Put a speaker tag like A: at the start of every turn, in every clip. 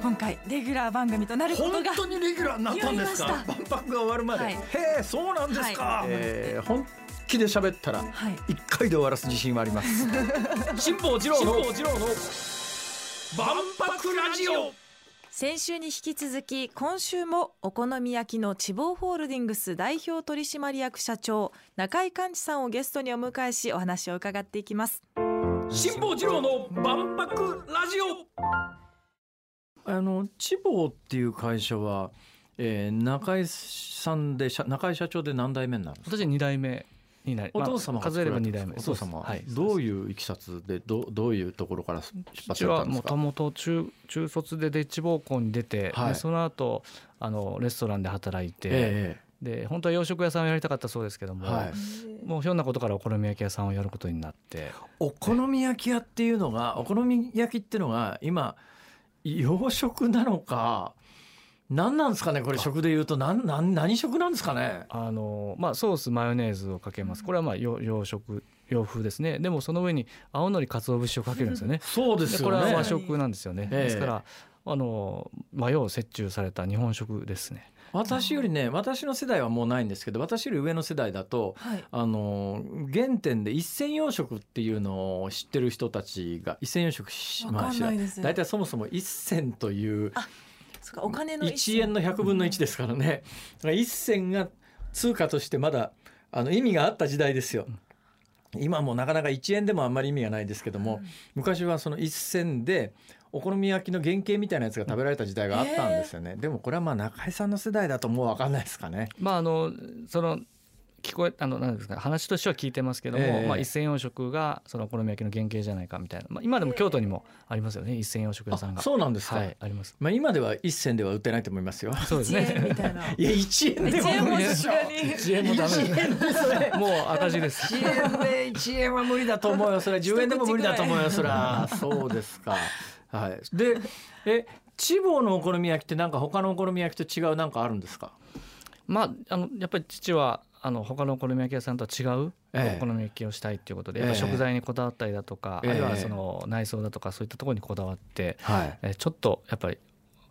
A: 今回レギュラー番組となること
B: 本
A: が
B: 当にレギュラーになったんです
A: やりま
B: か
A: した
B: 万博が終わるまで、
A: はい
B: へえそうなんですか、
A: はい
B: えー本気で喋ったら
A: はい
B: 一回で終わらす自信はあります辛坊治郎の辛坊治郎の万博ラジオ
A: 先週に引き続き今週もお好み焼きの地房ホールディングス代表取締役社長中井寛治さんをゲストにお迎えしお話を伺っていきます
B: 辛坊治郎の万博ラジオあの地方っていう会社は、えー、中井さんで社中井社長で何代目になるんですか
C: 私は二代目になり
B: お父様
C: まあ
B: が
C: 数えれば
B: 作
C: 二
B: ら
C: 代
B: たん
C: 目
B: ですかお父様は、
C: はい
B: どう
C: う
B: いういきさつでどうどういうところから出発
C: 父
B: された
C: は
B: んで
C: も
B: す
C: と
B: か
C: もと中中卒でデッチ奉公に出て、
B: はい
C: でその後あのレストランで働いて、
B: え
C: で本当は洋食屋さんをやりたかったそうですけど
B: え
C: も、
B: はい、
C: もうひょんなことからお好み焼き屋さんをやることになって
B: お好み焼き屋っていうのがお好み焼きっていうのが今洋食なのか何なんですかねこれ食で言うと何何何食なんですかね
C: あの、まあ、ソースマヨネーズをかけますこれはまあ洋洋食洋風ですねでもその上に青のり鰹節をかけるんですよね
B: そうで
C: ですこ
B: よ
C: れは
B: ね
C: 和食なんですよね、
B: ええ
C: ですからあの和洋折衷された日本食ですね
B: 私よりね私の世代はもうないんですけど私より上の世代だと
A: はい
B: あの原点で一銭洋食っていうのを知ってる人たちが一銭洋食し
A: わかん
B: 知ら
A: ないいです
B: 大体そもそも一銭という
A: そっかお金の
B: 1円の100分の1ですからねだから1銭が通貨としてまだあの意味があった時代ですよ今もなかなか1円でもあんまり意味がないですけども、昔はその1銭でお好み焼きの原型みたいなやつが食べられた時代があったんですよね、でもこれはまあ中井さんの世代だともう分かんないですかね
C: まああのその聞こえあのなんですか話としては聞いてますけども、
B: ええ
C: まあ、一銭洋食がそのお好み焼きの原型じゃないかみたいな、まあ、今でも京都にもありますよね、一銭洋食屋さん
B: あ
C: が
B: そうなんですか、
C: はいあります
B: まあ、今では1銭では売ってないと思いますよ
C: そうです
A: 1円み
C: ね
A: たいな
B: いや1円 で
A: 1円
B: も無
A: も
B: 理で
A: さす
B: しょ
A: がに
C: 1円もダメです もう赤字です
B: 1円で1円は無理だと思う よそれは10円でも無理だと思うよそれはそうですかはいでえ千房のお好み焼きってなんか他のお好み焼きと違うなんかあるんですか
C: まああのやっぱり父はあの他のお好み焼き屋さんとは違う
B: ええ
C: お好み焼きをしたいっていうことで、
B: ええ
C: やっぱ食材にこだわったりだとか、
B: ええ
C: あるいはその内装だとかそういったところにこだわって、
B: はい
C: えーちょっとやっぱり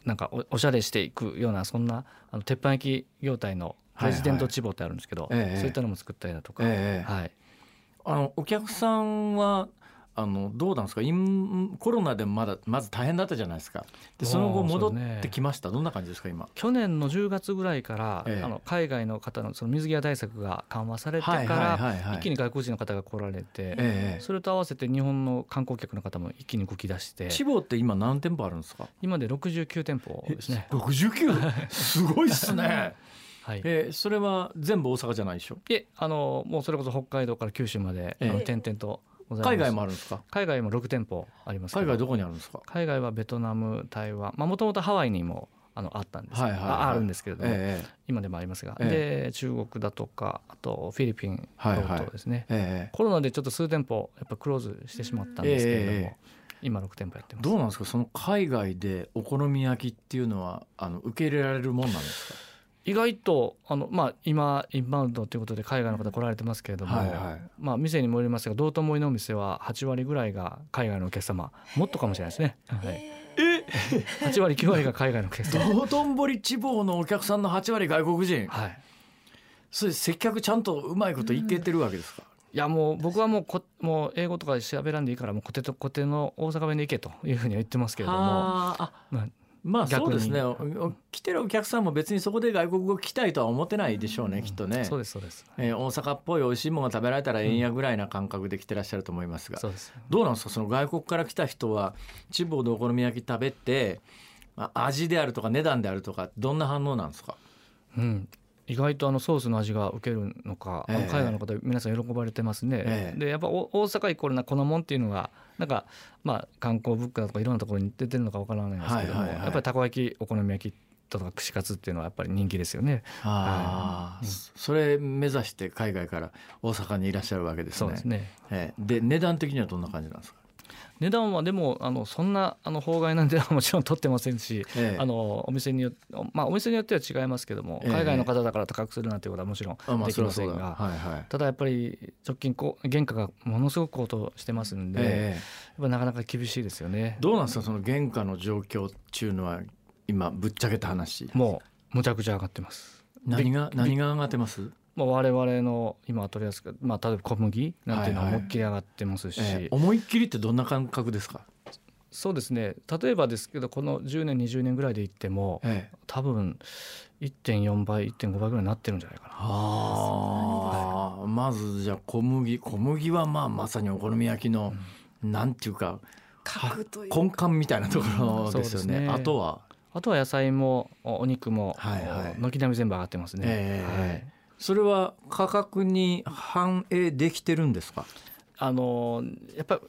C: なんかおおしゃれしていくようなそんなあの鉄板焼き業態のプレジデントチボってあるんですけど、
B: はいはいええ
C: そういったのも作ったりだとか、
B: ええ
C: はい、
B: あのお客さんはあのどうなんですかインコロナでまだまず大変だったじゃないですかでその後
C: あー
B: 戻
C: そうですね
B: ってきました、どんな感じですか今
C: 去年の10月ぐらいから、
B: ええ
C: あの海外の方のその水際対策が緩和されてから、
B: はいはいはいはい
C: 一気に外国人の方が来られて、
B: ええ
C: それと合わせて日本の観光客の方も一気に動き出して
B: 千房って今何店舗あるんですか
C: 今で69店舗ですね。
B: 69すごいっ すね
C: はい
B: えーそれは全部大阪じゃないでしょ
C: いえあのもうそれこそ北海道から九州まで、
B: ええ
C: あの点々とございます
B: 海外もあるんですか
C: 海外も6店舗ありますけ
B: 海
C: ど
B: 外どこにあるんですか
C: 海外はベトナム台湾まあもともとハワイにもあのあったんですけど、
B: はいはいはい
C: ああるんですけれども、
B: ええ
C: 今でもありますが、
B: え
C: で中国だとかあとフィリピン
B: はいはい
C: 等々ですね、
B: ええ
C: コロナでちょっと数店舗やっぱクローズしてしまったんですけれども、
B: ええ
C: 今6店舗やってます
B: どうなんですかその海外でお好み焼きっていうのはあの受け入れられるもんなんですか
C: 意外とあの、まあ、今インバウンドということで海外の方来られてますけれども、
B: はいはい
C: まあ、店にもよりますが道頓堀のお店は8割ぐらいが海外のお客様もっとかもしれないですね、はい、8割9割が海外のお客様
B: 道頓堀地方のお客さんの8割外国人
C: はい
B: それ接客ちゃんとうまいこといけてるわけですか、
C: いやもう僕はもうこもう英語とか喋らんでいいからもうコテとコテの大阪弁で行けというふうには言ってますけれども
B: はああ
C: まあ
B: まあそうですねお
C: 逆
B: お来てるお客さんも別にそこで外国語聞きたいとは思ってないでしょうね、きっとね
C: そうですそうです
B: えー大阪っぽい美味しいものが食べられたらえんやぐらいな感覚で来てらっしゃると思いますが、
C: そうです
B: どうなんですかその外国から来た人は地方でお好み焼き食べてまあ味であるとか値段であるとかどんな反応なんですか
C: うん、意外とあのソースの味が受けるのか、あの
B: ええ
C: 海外の方皆さん喜ばれてますね、
B: ええ
C: でやっぱお大阪イコールな粉もんっていうのがなんかまあ観光物価とかいろんなところに出てるのかわからないですけども、
B: はいはいはい
C: やっぱりたこ焼きお好み焼きとか串カツっていうのはやっぱり人気ですよね
B: ああ、それ目指して海外から大阪にいらっしゃるわけですね。
C: そうですね
B: ええで値段的にはどんな感じなんですか。
C: 値段はでもあのそんなあの法外な値段はもちろん取ってませんし、
B: ええ
C: あのお店によまあお店によっては違いますけども、
B: ええ
C: 海外の方だから高くするなんてことはもちろん
B: あまあ
C: でき
B: そりゃ
C: ませ
B: そ
C: ん
B: う
C: が、
B: だはいはい
C: ただやっぱり直近こう原価がものすごく高騰してますんで、やっ
B: ええ
C: ぱなかなか厳しいですよね。
B: どうなんですかその原価の状況っていうのは今ぶっちゃけた話
C: もうむちゃくちゃ上がってます。
B: 何が何が上がってます
C: まあ我々の今取り扱い、まあ例えば小麦なんていうのは
B: はいはい
C: 思いっきり上がってますし、
B: ええ思いっきりってどんな感覚ですか、
C: そうですね。例えばですけどこの10年20年ぐらいで言っても
B: ええ、
C: 多分1.4倍1.5倍ぐらいになってるんじゃないかな。
B: ああまずじゃあ小麦小麦はまあまさにお好み焼きの、なんていうか
A: 格という
B: 根幹みたいなところですよ
C: そうです
B: ね
C: ね
B: あとは
C: あとは野菜もおお肉も、
B: はいはい
C: お軒並み全部上がってますね。
B: ええ
C: はい
B: それは価格に反映できてるんですか
C: あのやっぱ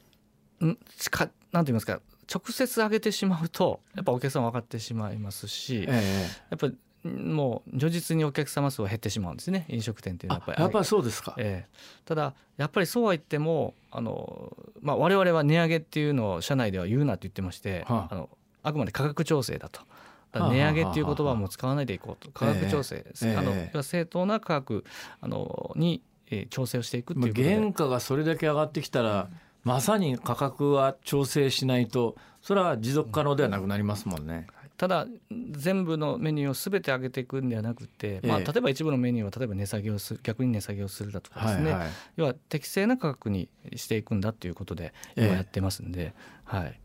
C: りんちかなんて言いますか直接上げてしまうとやっぱお客さん分かってしまいますしや
B: え
C: っぱんもう如実にお客様数は減ってしまうんですね飲食店ってい
B: え
C: うのは
B: あ
C: やっぱり。
B: やっぱりそうですか、
C: ええただやっぱりそうは言ってもあの、まあ、我々は値上げっていうのを社内では言うなと言ってまして、
B: はあ
C: あ、のあくまで価格調整だと。だか
B: はあ
C: ら
B: はあ
C: 値
B: はあ
C: 上げっていう言葉はもう使わないでいこうと価格調整、
B: ええ
C: あの
B: ええ
C: 要は正当な価格あのに、えー調整をしていくって
B: ま
C: い
B: あ
C: うことで、
B: 原価がそれだけ上がってきたらまさに価格は調整しないとそれは持続可能ではなくなりますもんね。
C: ただ全部のメニューを全て上げていくんではなくて、まあ、
B: ええ
C: 例えば一部のメニューは例えば値下げをする逆に値下げをするだとかですね、
B: はいはい
C: 要は適正な価格にしていくんだということで
B: ええ
C: 今やってますんで、はい、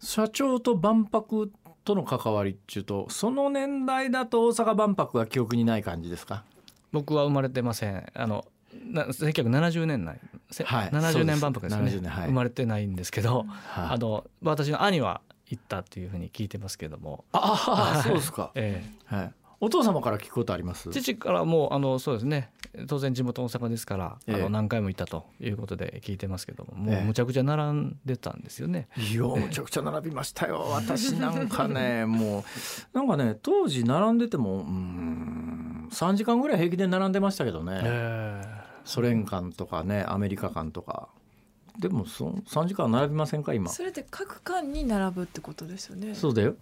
B: 社長と万博との関わりっていうとその年代だと大阪万博が記憶にない感じですか
C: 僕は生まれてませんあのな1970年代、せ
B: はい
C: 70年万博ですよ
B: そう
C: ね
B: です70年はい
C: 生まれてないんですけど、
B: は
C: あ
B: い
C: の私の兄は行ったっていうふうに聞いてますけども、
B: ああそうですか、
C: え
B: はい、お父様から聞くことあります
C: え、父からもうあのそうですね当然地元大阪ですから、
B: ええ
C: あの何回も行ったということで聞いてますけどもも
B: え
C: う
B: え
C: むちゃくちゃ並んでたんですよね。
B: いやむちゃくちゃ並びましたよ私なんか ねもうなんかね当時並んでてもうーん3時間ぐらい平気で並んでましたけどね、ソ連間とかねアメリカ間とかでもそ3時間並びませんか今
A: それって各館に並ぶってことですよね
B: そうだよ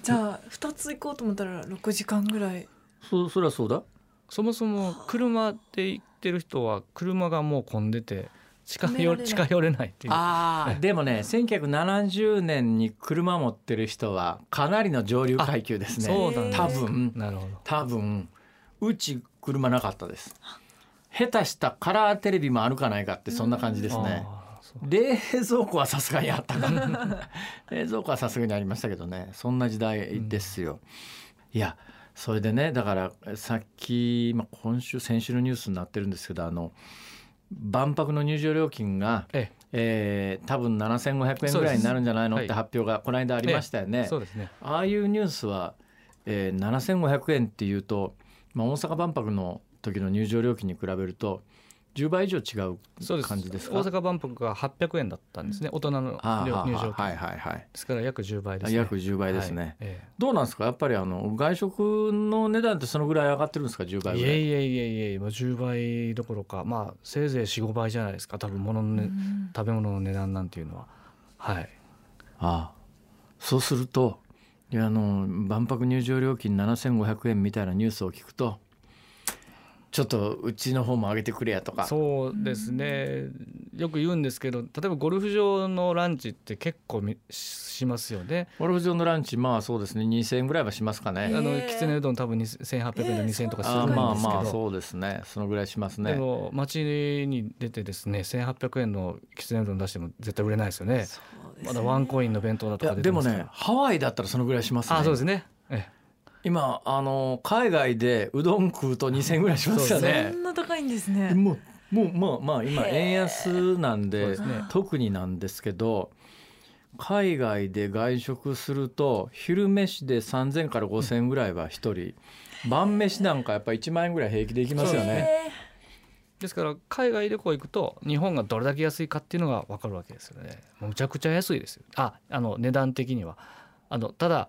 A: じゃあ二つ行こうと思ったら六時間ぐらい
B: そそりゃそうだ
C: そもそも車で行ってる人は車がもう混んでて近
A: 止めら
C: 寄
A: れない
C: 近寄れないっていう
B: あーでもね1970年に車持ってる人はかなりの上流階級ですね
C: そうなんだ
B: 多分
C: なるほど
B: 多分うち車なかったです下手したカラーテレビもあるかないかってそんな感じですね、
C: あーそう
B: 冷蔵庫はさすがにあったかな 冷蔵庫はさすがにありましたけどねそんな時代ですよ、いやそれでねだからさっき、まあ、今週先週のニュースになってるんですけどあの万博の入場料金が、
C: え
B: えー多分7500円ぐらいになるんじゃないのっ
C: そ
B: て
C: うです
B: 発表がこの間ありましたよね。
C: えそうですね
B: ああいうニュースは、えー、7500円っていうと、まあ、大阪万博の時の入場料金に比べると10倍以上違う
C: そうです
B: 感じですか
C: 大阪万博が800円だったんですね大人の入
B: ああ
C: 入場
B: は
C: 券
B: いはいはい、
C: ですから約10倍ですね
B: 約10倍ですね、
C: はいえ
B: どうなんですかやっぱりあの外食の値段ってそのぐらい上がってるんですか10
C: え
B: 倍
C: い
B: ぐら
C: え
B: い
C: いえいえいえもう10倍どころかまあせいぜい45倍じゃないですか多分物の、ね
A: うん
C: 食べ物の値段なんていうのははい
B: ああそうするといやあの万博入場料金7500円みたいなニュースを聞くとちょっとうちの方も上げてくれやとか
C: そうですねよく言うんですけど例えばゴルフ場のランチって結構みししますよね
B: ゴルフ場のランチまあそうですね2000円ぐらいはしますか
C: あ
B: ね、
C: の
A: へえ
C: きつねうどん多分2800円で2000円とかす
B: あ
C: る
B: あ
C: んですけど、
B: まあまあそうですねそのぐらいします
C: で
B: ね
C: も街に出てですね1800円のきつねうどん出しても絶対売れないですよね
A: そうですね
C: まだワンコインの弁当だ
B: い
C: と
B: や
C: か出
B: で
C: て
B: も
C: ますから
B: ねハワイだったらそのぐらいしますね
C: あそうですねえ
B: 今あの海外でうどん食うと2000円ぐらいしますよね
A: そんな高いんですね
B: もうもうまあまあ今
A: へー
B: 円安なん
C: えそうで
B: です
C: ね
B: 特になんですけど海外で外食すると昼飯で3,000から5,000円ぐらいは一人晩飯なんかやっぱ1万円ぐらい平気でいきますよね。
A: へ
C: ですから海外旅行行くと日本がどれだけ安いかっていうのが分かるわけですよねもうむちゃくちゃ安いですよああの値段的にはあのただ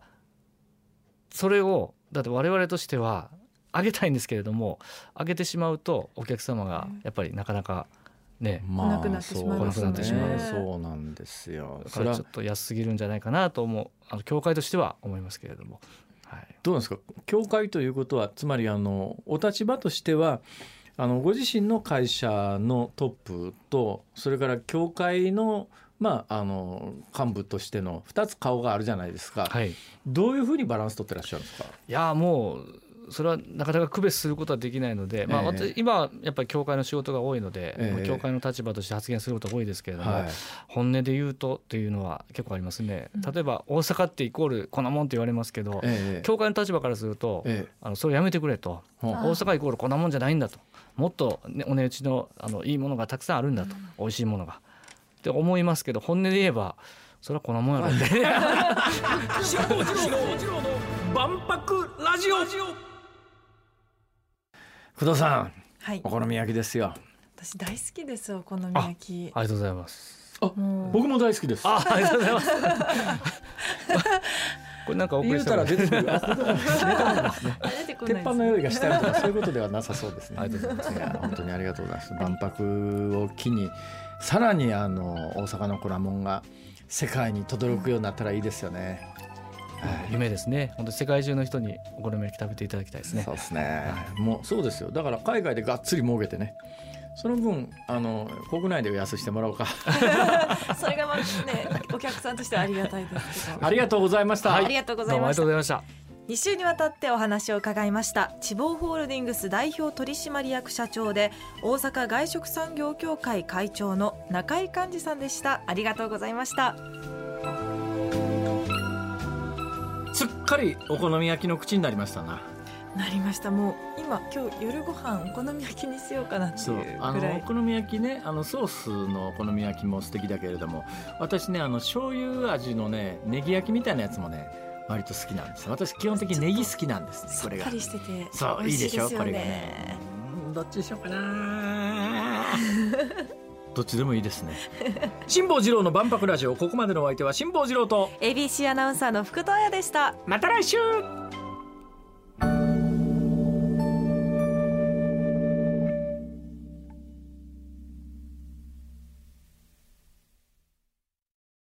C: それをだって我々としては上げたいんですけれども上げてしまうとお客様がやっぱりなかなかね
B: ま
A: なくなってしまい
C: ますよね
B: そうねそうなんですよ
C: だ
B: そ
C: か
B: れ
C: ら
B: は
C: ちょっと安すぎるんじゃないかなと思うあの教会としては思いますけれども、はい、
B: どうなんですか教会ということはつまりあのお立場としてはあのご自身の会社のトップとそれから教会の,、まあ、あの幹部としての2つ顔があるじゃないですか、
C: はい、い
B: どういうふうにバランス取ってらっしゃるんですか
C: やもうそれはなかなか区別することはできないので、ま
B: え
C: あ、
B: え
C: 私今はやっぱり教会の仕事が多いので、
B: ええ
C: 教会の立場として発言することが多いですけれども、
B: はい
C: 本音で言うとというのは結構ありますね
A: うん。
C: 例えば大阪ってイコールこんなもんって言われますけど、
B: ええ
C: 教会の立場からすると、
B: ええ
C: あのそれやめてくれと、
B: ほう
A: あ
C: 大阪イコールこんなもんじゃないんだと、もっと、ね、お値打ちのあのいいものがたくさんあるんだと、美味しいものが。って思いますけど、本音で言えば、それはこんなもんやろって。
B: 万博ラジオ工藤さん
A: はい
B: お好み焼きですよ
A: 私大好きですお好み焼き
C: ありがとうございます。
A: もう
B: 僕も大好きです
C: あ、ありがとうございます。これなんか遅
B: 言
C: れ
B: う
C: てた
B: た
C: ら、
B: ら
C: あり
B: 出てくるあ
A: 出てこないで
B: 鉄
A: す
B: 板の用意がしたりとかそういうことではなさそうですね。
C: がとうございます。
B: いや本当にありがとうございます。万博を機にさらにあの大阪のコラモンが世界に轟くようになったらいいですよね。はい
C: 夢ですね。本当に世界中の人にお好み焼き食べていただきたいですね
B: そ。うですね。もうそうですよ。だから海外でがっつり儲けてね。その分あの国内で安してもらおうか。
A: それがまあねお客さんとしてはありがたいですけど
B: ありがとうございました。
A: ありがとうござ
C: どう
A: いま
C: もありが
A: し
C: と
A: た
C: うございました。
A: 2週にわたってお話を伺いました地方ホールディングス代表取締役社長で大阪外食産業協会会長の中井幹二さんでしたありがとうございました
B: すっかりお好み焼きの口になりましたな。
A: なりましたもう今今日夜ご飯お好み焼きにしようかなってい
B: そうう
A: くら
B: あのお
A: い
B: 好み焼きねあのソースのお好み焼きも素敵だけれども私ねあの醤油味のねネギ焼きみたいなやつもね割と好きなんです私基本的にネギ好きなんですね
A: さ
B: こ
A: っ
B: れが
A: ぱりしてて
B: そう
A: 美
B: いい
A: 味
B: で
A: しい
B: し
A: で
B: ょ
A: すよ
B: これが
A: ね
B: ねうーんどっちにしようか などっちでもいいですね辛坊治郎の万博ラジオここまでのお相手は辛坊治郎と
A: ABC アナウンサーの福藤彩でした
B: また来週